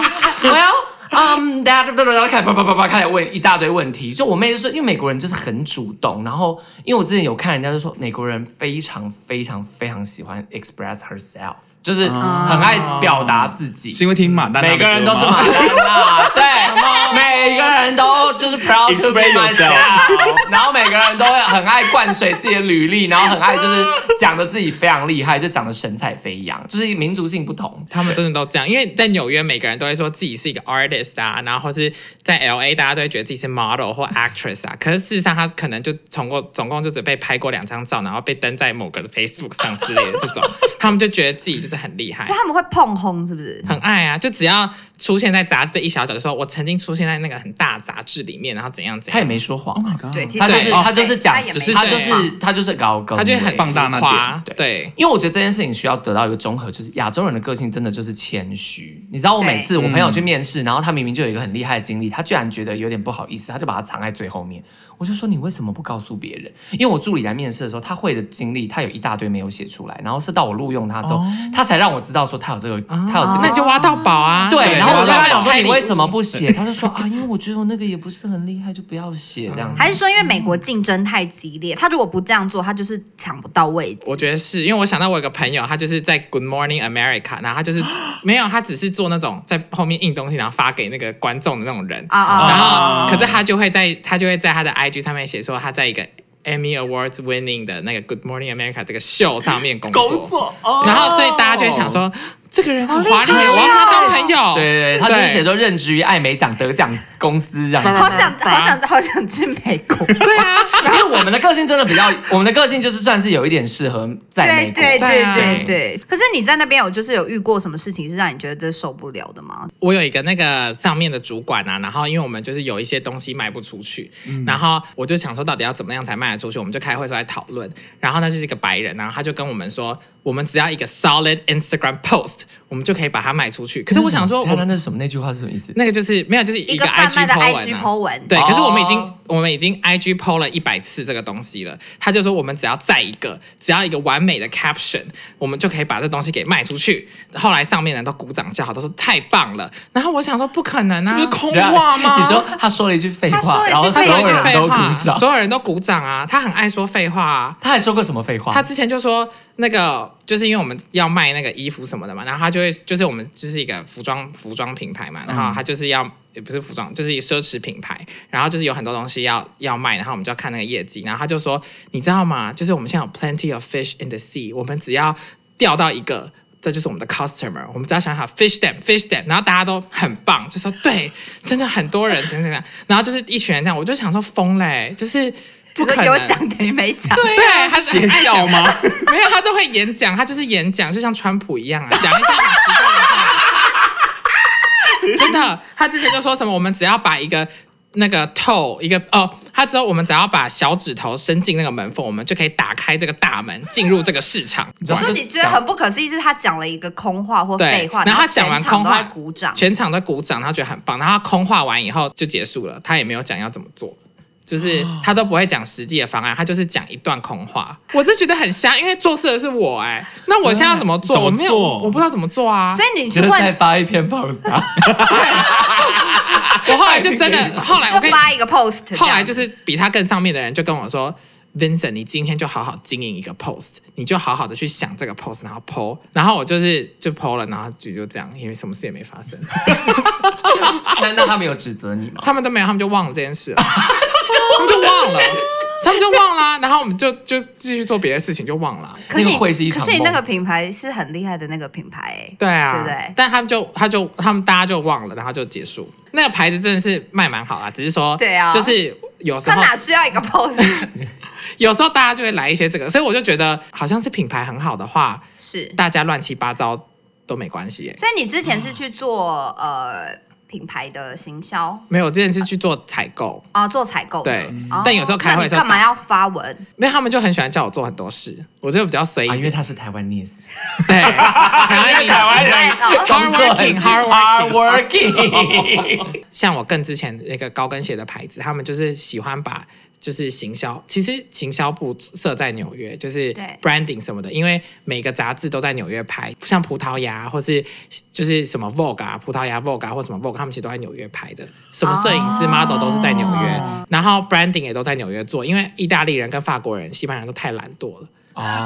[SPEAKER 5] Well。嗯，大家然后开始叭叭叭叭开始问一大堆问题。就我妹就是因为美国人就是很主动，然后因为我之前有看人家就说美国人非常非常非常喜欢 express herself，就是
[SPEAKER 1] 哦
[SPEAKER 5] 很爱表达自己。
[SPEAKER 1] 是因为听马丹娜的
[SPEAKER 5] 每
[SPEAKER 1] 歌
[SPEAKER 5] 个
[SPEAKER 1] 吗
[SPEAKER 5] 人都是马丹娜， 对，每个人都就是 proud to be
[SPEAKER 1] Explain
[SPEAKER 5] myself，然后每个人都会很爱灌水自己的履历，然后很爱就是讲的自己非常厉害，就讲的神采飞扬，就是民族性不同。
[SPEAKER 4] 他们真的都这样，因为在纽约每个人都会说自己是一个 artist 啊，然后或是在 L A 大家都会觉得自己是 model 或 actress 啊，可是事实上他可能就总共总共就只被拍过两张照，然后被登在某个 Facebook 上之类的这种，他们就觉得自己就是很厉害
[SPEAKER 2] 所以。他们会碰轰，是不是？
[SPEAKER 4] 很爱啊，就只要出现在杂志的一小角，就说我曾经出现在那个很大的杂志里面，然后怎样怎
[SPEAKER 5] 他也
[SPEAKER 4] 样，
[SPEAKER 5] 没说谎
[SPEAKER 1] ，Oh
[SPEAKER 5] 啊，
[SPEAKER 1] my god，
[SPEAKER 2] 对，其实
[SPEAKER 5] 他就是
[SPEAKER 2] 对
[SPEAKER 5] 他就是讲
[SPEAKER 2] 他也，没
[SPEAKER 5] 只是
[SPEAKER 2] 错
[SPEAKER 5] 他就是他就是高跟，
[SPEAKER 4] 他就会很
[SPEAKER 1] 放大那
[SPEAKER 4] 浮夸
[SPEAKER 5] 点
[SPEAKER 4] 对，
[SPEAKER 5] 因为我觉得这件事情需要得到一个综合，就是亚洲人的个性真的就是谦虚。你知道，我每次我朋友去面试，然后他明明就有一个很厉害的经历，他居然觉得有点不好意思，他就把它藏在最后面。我就说你为什么不告诉别人？因为我助理来面试的时候，他会的经历，他有一大堆没有写出来，然后是到我录用他之后，他才让我知道说他有这个，他有这
[SPEAKER 4] 那
[SPEAKER 5] 个
[SPEAKER 4] 你就挖到宝啊。
[SPEAKER 5] 哦对，然后我
[SPEAKER 1] 就
[SPEAKER 5] 跟
[SPEAKER 1] 挖
[SPEAKER 5] 他
[SPEAKER 1] 到
[SPEAKER 5] 讲
[SPEAKER 1] 宝
[SPEAKER 5] 说
[SPEAKER 4] 拆
[SPEAKER 5] 你
[SPEAKER 4] 礼
[SPEAKER 5] 为
[SPEAKER 4] 物
[SPEAKER 5] 什么不写？他就说啊，因为我觉得我那个也不是很厉害，就不要写这样子
[SPEAKER 2] 还。是说因为美国竞争太激烈，他如果不这样做，他就是抢不到位置。
[SPEAKER 4] 我觉得是因为我想到我有个朋友，他就是在 Good Morning America，然后他 就是没有，他只是做那种在后面印东西，然后发给那个观众的那种人。
[SPEAKER 2] 啊啊
[SPEAKER 4] 然
[SPEAKER 1] 啊
[SPEAKER 4] 后，可是他就会在他就会在他的 IG 上面写说他在一个 Emmy Awards winning 的那个 Good Morning America 这个秀上面工作。
[SPEAKER 1] 工作哦，
[SPEAKER 4] 然后，所以大家就会想说，这个人很华
[SPEAKER 2] 好厉
[SPEAKER 4] 丽，
[SPEAKER 2] 害哦
[SPEAKER 4] 我要跟他当朋友。
[SPEAKER 5] 对对，他就是写说任职于艾美奖得奖公司这样子。
[SPEAKER 2] 好想好想好想去美国，
[SPEAKER 4] 对啊，
[SPEAKER 5] 因为我们的个性真的比较，我们的个性就是算是有一点适合在美
[SPEAKER 2] 对
[SPEAKER 5] 国。
[SPEAKER 2] 对
[SPEAKER 4] 对啊
[SPEAKER 2] 对对对。可是你在那边有就是有遇过什么事情是让你觉得受不了的吗？
[SPEAKER 4] 我有一个那个上面的主管啊，然后因为我们就是有一些东西卖不出去，然后我就想说到底要怎么样才卖得出去，我们就开会时候在讨论。然后他就是一个白人，啊然后他就跟我们说，我们只要一个 solid Instagram post，我们就可以把它卖出去。可是我想说，我
[SPEAKER 5] 他
[SPEAKER 4] 们
[SPEAKER 5] 那是什么？那句话是什么意 思？
[SPEAKER 4] 那个就是没有，就是一
[SPEAKER 2] 一个贩
[SPEAKER 4] IG
[SPEAKER 2] 卖的
[SPEAKER 4] po 文、啊、
[SPEAKER 2] IG po 文
[SPEAKER 4] 对，
[SPEAKER 5] 哦
[SPEAKER 4] 可是我们已经、我们已经 IG po 了一百次这个东西了，他就说我们只要再一个，只要一个完美的 caption，我们就可以把这东西给卖出去。后来上面人都鼓掌叫好，都说太棒了。然后我想说不可能
[SPEAKER 1] 这
[SPEAKER 4] 啊
[SPEAKER 1] 不是，空话吗？
[SPEAKER 5] 啊你说他说了一句废
[SPEAKER 2] 他说
[SPEAKER 5] 话，
[SPEAKER 2] 了一句
[SPEAKER 5] 然后
[SPEAKER 4] 他
[SPEAKER 5] 所
[SPEAKER 4] 说一
[SPEAKER 5] 有
[SPEAKER 4] 句
[SPEAKER 5] 人
[SPEAKER 4] 废
[SPEAKER 5] 都
[SPEAKER 4] 话，
[SPEAKER 5] 鼓
[SPEAKER 4] 所
[SPEAKER 5] 掌。
[SPEAKER 4] 有人都鼓掌啊，他很爱说废话啊。
[SPEAKER 5] 他还说过什么废话？
[SPEAKER 4] 他之前就说那个，就是因为我们要卖那个衣服什么的嘛，然后他就会就是我们就是一个服装服装品牌嘛，然后他就是要。也不是服装，就是一个奢侈品牌，然后就是有很多东西要要卖，然后我们就要看那个业绩。然后他就说，你知道吗？就是我们现在有 plenty of fish in the sea，我们只要钓到一个，这就是我们的 customer，我们只要想好 fish them fish them，然后大家都很棒，就说对，真的很多人，真的，然后就是一群人这样，我就想说疯嘞、就是不可
[SPEAKER 2] 可
[SPEAKER 4] 能
[SPEAKER 2] 是有讲等于没讲。
[SPEAKER 4] 对啊，他是
[SPEAKER 1] 邪
[SPEAKER 4] 爱
[SPEAKER 1] 教
[SPEAKER 4] 讲
[SPEAKER 1] 吗？
[SPEAKER 4] 没有，他都会演讲，他就是演讲，就像川普一样啊，讲一些很奇怪的话。真的，他之前就说什么，我们只要把一个那个透一个哦，它之后我们只要把小指头伸进那个门缝，我们就可以打开这个大门，进入这个市场。
[SPEAKER 5] 你知
[SPEAKER 2] 就
[SPEAKER 5] 道吗
[SPEAKER 2] 是你觉得很不可思议，就是他讲了一个空话或
[SPEAKER 4] 对
[SPEAKER 2] 废话，
[SPEAKER 4] 然后他
[SPEAKER 2] 全
[SPEAKER 4] 讲完
[SPEAKER 2] 场
[SPEAKER 4] 空
[SPEAKER 2] 都
[SPEAKER 4] 话
[SPEAKER 2] 在鼓掌，
[SPEAKER 4] 全场在鼓掌，他觉得很棒。然后他空话完以后就结束了，他也没有讲要怎么做，就是
[SPEAKER 2] 哦
[SPEAKER 4] 他都不会讲实际的方案，他就是讲一段空话。我就觉得很瞎，因为做事的是我哎、那我现在要怎么做？
[SPEAKER 1] 对
[SPEAKER 4] 我
[SPEAKER 1] 嗯
[SPEAKER 4] 没
[SPEAKER 1] 怎
[SPEAKER 4] 有，
[SPEAKER 1] 么做
[SPEAKER 4] 我不知道怎么做啊。
[SPEAKER 2] 所以你去
[SPEAKER 5] 就是再
[SPEAKER 2] 问，
[SPEAKER 5] 发一篇 post 啊，
[SPEAKER 4] 啊我后来就真的，后来我
[SPEAKER 2] 就
[SPEAKER 4] 跟
[SPEAKER 2] 发一个 post，这样
[SPEAKER 4] 后来就是比他更上面的人就跟我说。Vincent，你今天就好好经营一个 post，你就好好的去想这个 post，然后 po，然后我就是就 po 了，然后就就这样，因为什么事也没发生，
[SPEAKER 5] 那那他们有指责你吗？
[SPEAKER 4] 他们都没有，他们就忘了这件事了，他们就忘了，他们就忘了啊，然后我们就就继续做别的事情，就忘了啊。
[SPEAKER 2] 可是
[SPEAKER 5] 那
[SPEAKER 2] 你
[SPEAKER 5] 个会是一场
[SPEAKER 2] 可是你那
[SPEAKER 5] 梦
[SPEAKER 2] 个品牌是很厉害的那个品牌、欸，
[SPEAKER 4] 对啊，
[SPEAKER 2] 对不对
[SPEAKER 4] 但他们就他就他们大家就忘了，然后就结束。那个牌子真的是卖蛮好啦，只是说
[SPEAKER 2] 对啊
[SPEAKER 4] 就是有时
[SPEAKER 2] 他
[SPEAKER 4] 候
[SPEAKER 2] 哪需要 一个 pose？
[SPEAKER 4] 有时候大家就会来一些这个，所以我就觉得好像是品牌很好的话，
[SPEAKER 2] 是，
[SPEAKER 4] 大家乱七八糟都没关系耶。
[SPEAKER 2] 所以你之前是去做呃品牌的行销
[SPEAKER 4] 没有，我之前是去做采购，
[SPEAKER 2] 啊、做采购的，
[SPEAKER 4] 对
[SPEAKER 2] 哦
[SPEAKER 4] 但有时候开会
[SPEAKER 2] 那
[SPEAKER 4] 的
[SPEAKER 2] 你
[SPEAKER 4] 时候
[SPEAKER 2] 干嘛要发文？
[SPEAKER 4] 因为他们就很喜欢叫我做很多事，我就比较随意。
[SPEAKER 5] 啊，因为他是台湾 n e s
[SPEAKER 4] 对，台湾
[SPEAKER 2] 台湾人
[SPEAKER 4] hard
[SPEAKER 2] 哦
[SPEAKER 4] working hard working，
[SPEAKER 5] working，
[SPEAKER 4] 像我更之前那个高跟鞋的牌子，他们就是喜欢把就是行销，其实行销部设在纽约，就是
[SPEAKER 2] 对
[SPEAKER 4] branding 什么的，因为每个杂志都在纽约拍，像葡萄牙或是就是什么 Vogue 啊，葡萄牙 Vogue 啊或什么 Vogue，他们其实都在纽约拍的，什么摄影师、model
[SPEAKER 2] 哦
[SPEAKER 4] 都是在纽约，然后 branding 也都在纽约做，因为意大利人跟法国人、西班牙人都太懒惰了。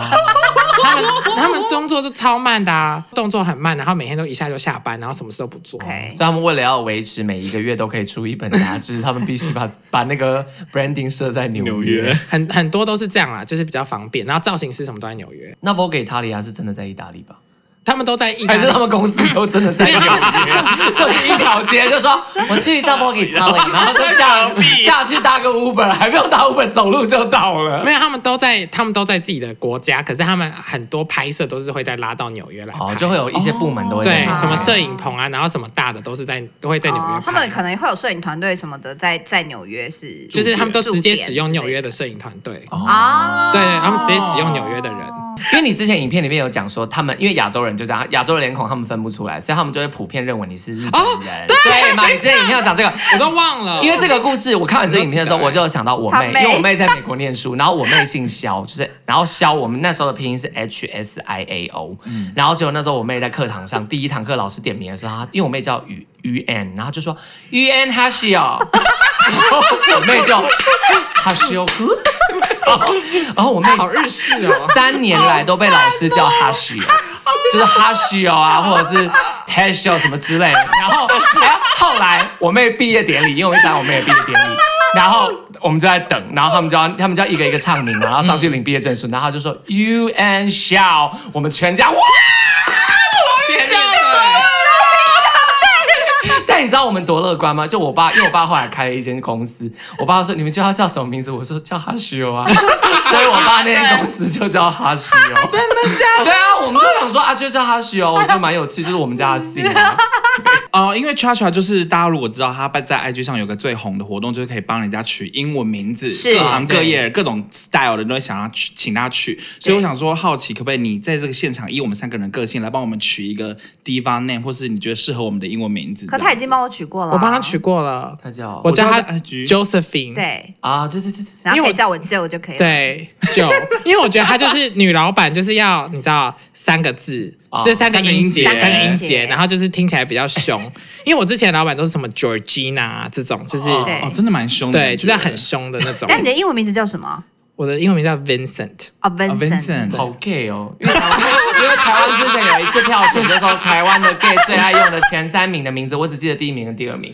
[SPEAKER 4] 他们他们工作就超慢的、啊，动作很慢，然后每天都一下就下班，然后什么事都不做。
[SPEAKER 2] OK，
[SPEAKER 5] 所以他们为了要维持每一个月都可以出一本杂志，他们必须把把那个 branding 设在纽
[SPEAKER 1] 纽约。
[SPEAKER 4] 很很多都是这样啦，就是比较方便。然后造型师什么都在纽约，
[SPEAKER 5] 那 Vogue Italia 是真的在意大利吧？
[SPEAKER 4] 他们都在意大
[SPEAKER 5] 还
[SPEAKER 4] 利
[SPEAKER 5] 是。他们公司都真的在纽约？ 就是一条街，就 说我去一下 Vogue Italia，然 后就
[SPEAKER 1] 隔壁
[SPEAKER 5] 下下去搭个 Uber，还不用搭 Uber，走路就到了。
[SPEAKER 4] 没有，他们都在，他们都在自己的国家，可是他们很多拍摄都是会再拉到纽约来拍，
[SPEAKER 5] 哦，就会有一些部门都会在
[SPEAKER 4] 对
[SPEAKER 5] 那边
[SPEAKER 4] 什么摄影棚啊，然后什么大的都是在都会在纽约拍、
[SPEAKER 2] 哦，他们可能会有摄影团队什么的，在在纽约是
[SPEAKER 4] 就是他们都直接
[SPEAKER 2] 驻点
[SPEAKER 4] 使用纽
[SPEAKER 2] 之类
[SPEAKER 4] 约
[SPEAKER 2] 的
[SPEAKER 4] 的摄影团队，
[SPEAKER 5] 哦
[SPEAKER 2] 啊，
[SPEAKER 4] 对他们直接使用纽约的人
[SPEAKER 5] 因为你之前影片里面有讲说，他们因为亚洲人就这样，亚洲人脸孔他们分不出来，所以他们就会普遍认为你是日本人。哦对嘛？你之前影片有讲这个。
[SPEAKER 4] 哦我都忘了，
[SPEAKER 5] 因为这个故事，我看完这个影片的时候，
[SPEAKER 4] 我
[SPEAKER 5] 我
[SPEAKER 4] 都记
[SPEAKER 5] 就有想到我妹，
[SPEAKER 2] 他妹
[SPEAKER 5] 因为我妹在美国念书，然后我妹姓肖，就是然后肖，我们那时候的拼音是 H S I A O，、然
[SPEAKER 4] 嗯
[SPEAKER 5] 后结果那时候我妹在课堂上第一堂课老师点名的时候，她因为我妹叫于于安，然后就说于安哈西哦， 然后我妹就哈西哦， 然后然后我妹
[SPEAKER 4] 好日式哦，
[SPEAKER 5] 三年来都被老师叫哈西哦，就是哈西哦啊，或者是 hash 哦什么之类的。然后，哎，后来我妹毕业典礼，因为我一直在我妹的毕业典礼，然后我们就在等，然后他们就要他们就要一个一个唱名嘛，然后上去领毕业证书，然后他就说 you and Xiao，我们全家哇，
[SPEAKER 4] 尖叫
[SPEAKER 5] 但你知道我们多乐观吗？就我爸，因为我爸后来开了一间公司，我爸说你们叫他叫什么名字？我说叫哈西欧啊，所以我爸那间公司就叫哈西欧。真的假的？对啊，我们就想说啊，就叫哈西欧，我觉得蛮有趣，就是我们家的姓啊。
[SPEAKER 1] 呃，因为 Cha Cha 就是大家如果知道他在 IG 上有个最红的活动，就是可以帮人家取英文名字，
[SPEAKER 2] 是
[SPEAKER 1] 各行各
[SPEAKER 5] 对
[SPEAKER 1] 业各种 style 的人都会想要取，请他取。所以我想说，好奇可不可以你在这个现场以我们三个人的个性来帮我们取一个 diva name，或是你觉得适合我们的英文名字？
[SPEAKER 2] 可他已经帮我取过了啊，
[SPEAKER 4] 我帮他取过了，
[SPEAKER 5] 他叫
[SPEAKER 4] 我叫
[SPEAKER 1] 我
[SPEAKER 4] 他
[SPEAKER 1] 知道在 IG
[SPEAKER 4] Josephine，
[SPEAKER 2] 对，
[SPEAKER 5] 啊，对对对对
[SPEAKER 2] 然
[SPEAKER 5] 对，
[SPEAKER 2] 后
[SPEAKER 4] 因为
[SPEAKER 2] 可
[SPEAKER 4] 我
[SPEAKER 2] 以叫我舅就可以了。
[SPEAKER 4] 对，九，因为我觉得她就是女老板，就是要你知道三个字
[SPEAKER 5] 哦，
[SPEAKER 4] 这三个
[SPEAKER 1] 三个
[SPEAKER 4] 音
[SPEAKER 1] 音
[SPEAKER 4] 节，
[SPEAKER 1] 节
[SPEAKER 4] 三个音节，
[SPEAKER 2] 节
[SPEAKER 4] 然后就是听起来比较凶。因为我之前的老板都是什么 Georgina 啊这种，就是
[SPEAKER 5] 哦
[SPEAKER 2] 对
[SPEAKER 1] 哦，真的蛮凶的感觉，
[SPEAKER 4] 对，就是很凶的那种。
[SPEAKER 2] 但你的英文名字叫什么？
[SPEAKER 4] 我的英文名叫 Vincent，
[SPEAKER 1] 啊
[SPEAKER 2] 哦，Vincent，
[SPEAKER 1] Vincent
[SPEAKER 5] 好 gay 哦，因为台湾 因为台湾之前有一次票选，就说台湾的 gay 最爱用的前三名的名字，我只记得第一名跟第二名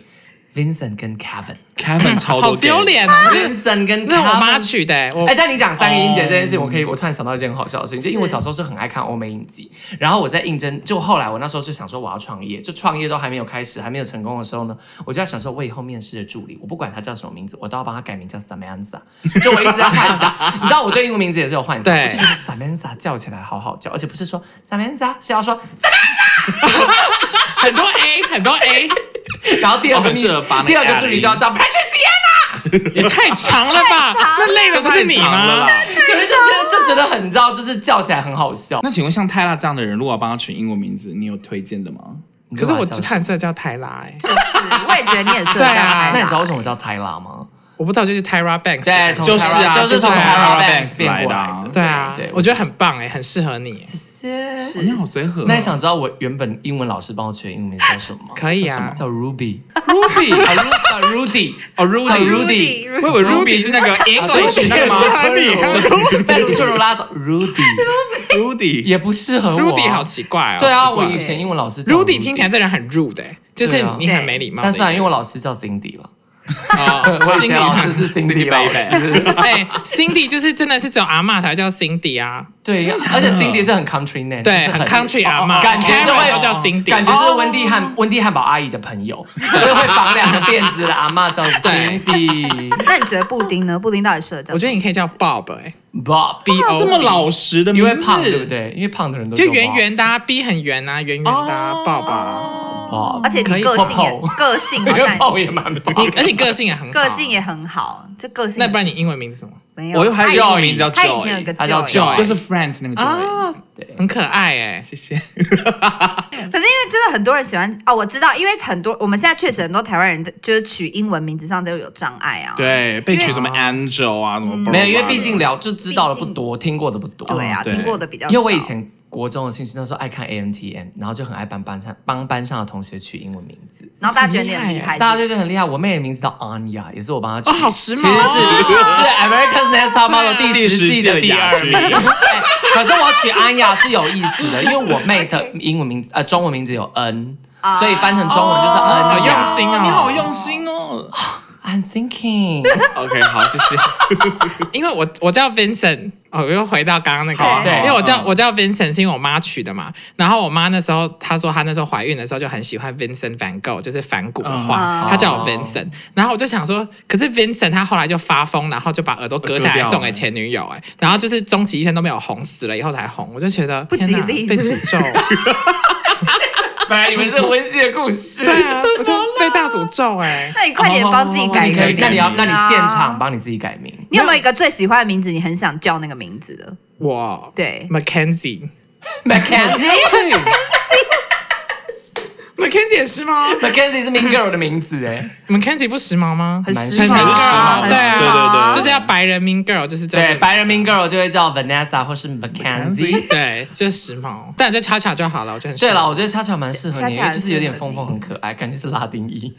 [SPEAKER 5] ，Vincent 跟 Kevin。
[SPEAKER 1] Kevin 超多
[SPEAKER 4] 好
[SPEAKER 1] gay
[SPEAKER 4] 丢。脸啊！这
[SPEAKER 5] Vincent 跟 Kevin
[SPEAKER 4] 那我妈取的欸，我
[SPEAKER 5] 哎、但你讲三个音节这件事，我可以，我突然想到一件很好笑的事情，就因为我
[SPEAKER 2] 是
[SPEAKER 5] 小时候是很爱看欧美影集，然后我在应征，就后来我那时候就想说我要创业，就创业都还没有开始，还没有成功的时候呢，我就在想说，我以后面试的助理，我不管他叫什么名字，我都要帮他改名叫 Samantha，就我一直在幻想，你知道我对英文名字也是有幻想，
[SPEAKER 4] 对
[SPEAKER 5] 我就觉得 Samantha 叫起来好好叫，而且不是说 Samantha，是要说
[SPEAKER 4] 很多 A，很多 A，
[SPEAKER 5] 然后第二
[SPEAKER 1] 我
[SPEAKER 5] 个
[SPEAKER 1] 很
[SPEAKER 5] 秘
[SPEAKER 1] 适合发那个
[SPEAKER 5] 第二个助理就要叫 Patricia，
[SPEAKER 4] 也太长了
[SPEAKER 2] 太
[SPEAKER 4] 吧？
[SPEAKER 2] 长
[SPEAKER 4] 那累的不是
[SPEAKER 1] 这
[SPEAKER 4] 你
[SPEAKER 1] 太长了
[SPEAKER 4] 吗？
[SPEAKER 1] 啦
[SPEAKER 5] 有人就觉得就觉得很你知道，就是叫起来很好笑。
[SPEAKER 1] 那请问像泰拉这样的人，如果要帮他取英文名字，你有推荐的吗？
[SPEAKER 4] 可是我
[SPEAKER 5] 知道，
[SPEAKER 4] 只探色叫泰拉哎，
[SPEAKER 2] 是，我也觉得你很适合这样
[SPEAKER 4] 对啊
[SPEAKER 2] 拍
[SPEAKER 5] 那你
[SPEAKER 2] 吧
[SPEAKER 5] 知道为什么叫 Tyla 吗？
[SPEAKER 4] 我不知道就是 Tyra Banks
[SPEAKER 5] 对，从
[SPEAKER 1] 就是啊
[SPEAKER 5] Tyra- 就是
[SPEAKER 1] 就是从
[SPEAKER 5] Tyra
[SPEAKER 1] Tyra
[SPEAKER 5] Banks
[SPEAKER 1] Banks 来
[SPEAKER 5] 变过
[SPEAKER 1] 的
[SPEAKER 5] 来
[SPEAKER 1] 啊
[SPEAKER 5] 的。
[SPEAKER 4] 对啊，
[SPEAKER 5] 对，
[SPEAKER 4] 我觉得很棒哎，很适合你，
[SPEAKER 5] 谢谢。
[SPEAKER 1] 哦你好随和哦。
[SPEAKER 5] 那你想知道我原本英文老师帮我取的英文名叫什么吗？
[SPEAKER 4] 可以
[SPEAKER 5] 叫什么
[SPEAKER 4] 啊。
[SPEAKER 5] 叫 Ruby，
[SPEAKER 1] Ruby，
[SPEAKER 5] 叫 Rudy，
[SPEAKER 1] 哦
[SPEAKER 5] 叫
[SPEAKER 1] Rudy，
[SPEAKER 5] Rudy。
[SPEAKER 1] 我以为 Ruby 是那个 English 那个
[SPEAKER 5] 吗
[SPEAKER 1] 吗？
[SPEAKER 4] 啊
[SPEAKER 5] 被卢秀如拉走，Rudy
[SPEAKER 1] Rudy，
[SPEAKER 5] 也不适合我啊。
[SPEAKER 4] Rudy 好奇怪哦，
[SPEAKER 5] 对啊，
[SPEAKER 4] 奇怪
[SPEAKER 5] 我以前英文老师叫
[SPEAKER 4] Rudy 听起来这人很 rude 哎，就是
[SPEAKER 5] 对啊
[SPEAKER 4] 你很没礼貌的
[SPEAKER 5] 但是啊，
[SPEAKER 4] 一个人。
[SPEAKER 5] 因为我老师叫 Cindy 了，
[SPEAKER 4] 哦
[SPEAKER 5] 我以 前老师是
[SPEAKER 1] Cindy
[SPEAKER 5] Cindy 老
[SPEAKER 1] Baby
[SPEAKER 5] 师，
[SPEAKER 4] 哎，Cindy 就是真的是只有阿嬷才叫 Cindy 啊，
[SPEAKER 5] 对，而且 Cindy 是很 country name，
[SPEAKER 4] 对，
[SPEAKER 5] 就是
[SPEAKER 4] 很 country 哦阿嬷，
[SPEAKER 5] 感觉就
[SPEAKER 4] Karen
[SPEAKER 5] 会
[SPEAKER 4] 都叫 Cindy，
[SPEAKER 5] 感觉就是温蒂汉温蒂汉堡阿姨的朋友，所以会绑两个辫子的阿嬷叫 Cindy
[SPEAKER 2] 那你觉得布丁呢？布丁到底适合这样？
[SPEAKER 4] 我觉得你可以叫 Bob 哎
[SPEAKER 5] Bob，
[SPEAKER 4] ，B
[SPEAKER 1] 这
[SPEAKER 4] O，
[SPEAKER 1] 么老实的名
[SPEAKER 5] 哦因
[SPEAKER 1] 字，
[SPEAKER 5] 为胖对不？对？因为胖的哦人都
[SPEAKER 4] 就
[SPEAKER 5] 叫 Bob
[SPEAKER 4] 圆圆的啊，B 很圆啊，圆圆的啊，Bob 啊，
[SPEAKER 5] Bob，
[SPEAKER 2] 而且
[SPEAKER 4] 可
[SPEAKER 2] 你
[SPEAKER 4] 以
[SPEAKER 2] 个性也
[SPEAKER 5] 泡泡
[SPEAKER 2] 个性好
[SPEAKER 5] 哦 因为
[SPEAKER 2] 像
[SPEAKER 5] 胖也蛮 胖
[SPEAKER 2] 啊
[SPEAKER 4] 你而且个性也很好，
[SPEAKER 2] 个性也很好，这个性
[SPEAKER 4] 那不然你英文名字什么？
[SPEAKER 2] 没有？
[SPEAKER 1] 我又还有
[SPEAKER 2] 他
[SPEAKER 1] 一
[SPEAKER 2] 以
[SPEAKER 1] 个英文名字叫
[SPEAKER 2] 他以前有
[SPEAKER 1] Joy，
[SPEAKER 2] 个
[SPEAKER 5] 他叫
[SPEAKER 2] Joy，
[SPEAKER 5] Joy
[SPEAKER 1] 就是 Friends 那个 Joy。
[SPEAKER 5] 哦
[SPEAKER 4] 啊，很可爱哎，
[SPEAKER 1] 谢谢。
[SPEAKER 2] 可是因为真的很多人喜欢哦，我知道，因为很多我们现在确实很多台湾人就是取英文名字上都有障碍啊。
[SPEAKER 1] 对，被取什么 Angel 啊，什么 Barbara
[SPEAKER 5] 哦嗯没有，因为毕竟聊就知道的不多，听过的不多。
[SPEAKER 2] 对啊，
[SPEAKER 1] 对
[SPEAKER 2] 听过的比较少。
[SPEAKER 5] 哦因为我以前国中的兴趣，那时候爱看 A M T M，然后就很爱帮班上帮班上的同学取英文名字，
[SPEAKER 2] 然后大家觉得你很厉害，
[SPEAKER 5] 大家就觉得很厉害。我妹的名字叫 Anya，也是我帮她取，
[SPEAKER 4] 哦好时髦
[SPEAKER 5] 其实是
[SPEAKER 4] 哦
[SPEAKER 5] 是 America's Next Top Model 第
[SPEAKER 1] 第
[SPEAKER 5] 十
[SPEAKER 1] 十
[SPEAKER 5] 季
[SPEAKER 1] 季
[SPEAKER 5] 的
[SPEAKER 1] 的
[SPEAKER 5] 第
[SPEAKER 1] 亚
[SPEAKER 5] 二
[SPEAKER 1] 军
[SPEAKER 5] 名。 哎可是我取 Anya 是有意思的，因为我妹的英文名字呃中文名字有 N，
[SPEAKER 2] 啊
[SPEAKER 5] 所以翻成中文就是
[SPEAKER 4] 好
[SPEAKER 5] Anya。
[SPEAKER 4] 用心哦，
[SPEAKER 1] 你好用心 哦。
[SPEAKER 5] I'm thinking，
[SPEAKER 1] OK，好，谢谢。
[SPEAKER 4] 因为我我叫 Vincent，哦，我又回到刚刚那
[SPEAKER 5] 好啊
[SPEAKER 4] 个，
[SPEAKER 5] 对
[SPEAKER 4] 因为我叫
[SPEAKER 1] 嗯
[SPEAKER 4] 我叫 Vincent 是因为我妈取的嘛。然后我妈那时候她说她那时候怀孕的时候就很喜欢 Vincent Van Gogh，就是梵谷的画
[SPEAKER 2] 嗯，
[SPEAKER 4] 她叫我
[SPEAKER 5] 哦
[SPEAKER 4] Vincent。然后我就想说，可是 Vincent 他后来就发疯，然后就把耳朵
[SPEAKER 5] 呃
[SPEAKER 4] 割下来
[SPEAKER 1] 割掉了
[SPEAKER 4] 送给前女友，哎，然后就是终其一生都没有红，死了以后才红，我就觉得
[SPEAKER 2] 不吉
[SPEAKER 4] 天哪
[SPEAKER 2] 利
[SPEAKER 4] 被
[SPEAKER 2] 是不是
[SPEAKER 4] 诅咒，
[SPEAKER 5] 本 来以为是温馨的故事。
[SPEAKER 4] 对啊，我就被大诅咒哎。
[SPEAKER 2] 那你快点帮自己改一
[SPEAKER 5] 你
[SPEAKER 2] 个
[SPEAKER 5] 可以
[SPEAKER 2] 名，字啊
[SPEAKER 5] 那你要，那你现场。帮你自己改名。
[SPEAKER 2] 你有没有一个最喜欢的名字？你很想叫那个名字的？
[SPEAKER 4] 我
[SPEAKER 2] 对
[SPEAKER 4] Mackenzie。
[SPEAKER 5] Mackenzie，Mackenzie
[SPEAKER 4] Mackenzie 也是吗
[SPEAKER 5] 是 Mean Girl 的名字哎，
[SPEAKER 4] ？Mackenzie 不时髦吗？
[SPEAKER 2] 很
[SPEAKER 5] 蛮
[SPEAKER 2] 时髦
[SPEAKER 5] 很时
[SPEAKER 2] 啊，
[SPEAKER 5] 髦
[SPEAKER 2] 很
[SPEAKER 5] 的
[SPEAKER 2] 时
[SPEAKER 1] 对
[SPEAKER 2] 髦
[SPEAKER 1] 对
[SPEAKER 2] 啊，
[SPEAKER 1] 对
[SPEAKER 4] 就是要白人 Mean Girl，就是叫
[SPEAKER 5] 对，
[SPEAKER 4] 这
[SPEAKER 5] 白人 Mean Girl 就会叫 Vanessa 或是 Mackenzie。
[SPEAKER 4] 对，就时髦。但就恰恰就好了，我就很
[SPEAKER 5] 对了，
[SPEAKER 4] 了，
[SPEAKER 5] 我觉得恰恰蛮适合你，
[SPEAKER 2] 恰恰
[SPEAKER 5] 因为就是有点
[SPEAKER 2] 很适合
[SPEAKER 5] 疯
[SPEAKER 2] 你
[SPEAKER 5] 疯，很可爱，感觉是拉丁 裔。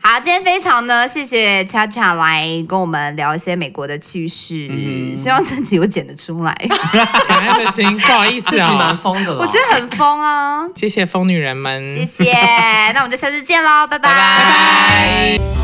[SPEAKER 2] 好，今天非常呢，谢谢恰恰来跟我们聊一些美国的趣事，
[SPEAKER 5] 嗯
[SPEAKER 2] 希望这集我剪得出 来，
[SPEAKER 4] 感恩的心，不好意
[SPEAKER 5] 自
[SPEAKER 4] 思
[SPEAKER 5] 己蛮
[SPEAKER 4] 啊、
[SPEAKER 5] 疯的了，
[SPEAKER 2] 我觉得很疯啊，
[SPEAKER 4] 谢谢疯女人们，
[SPEAKER 2] 谢谢，那我们就下次见喽，拜拜
[SPEAKER 5] 拜拜。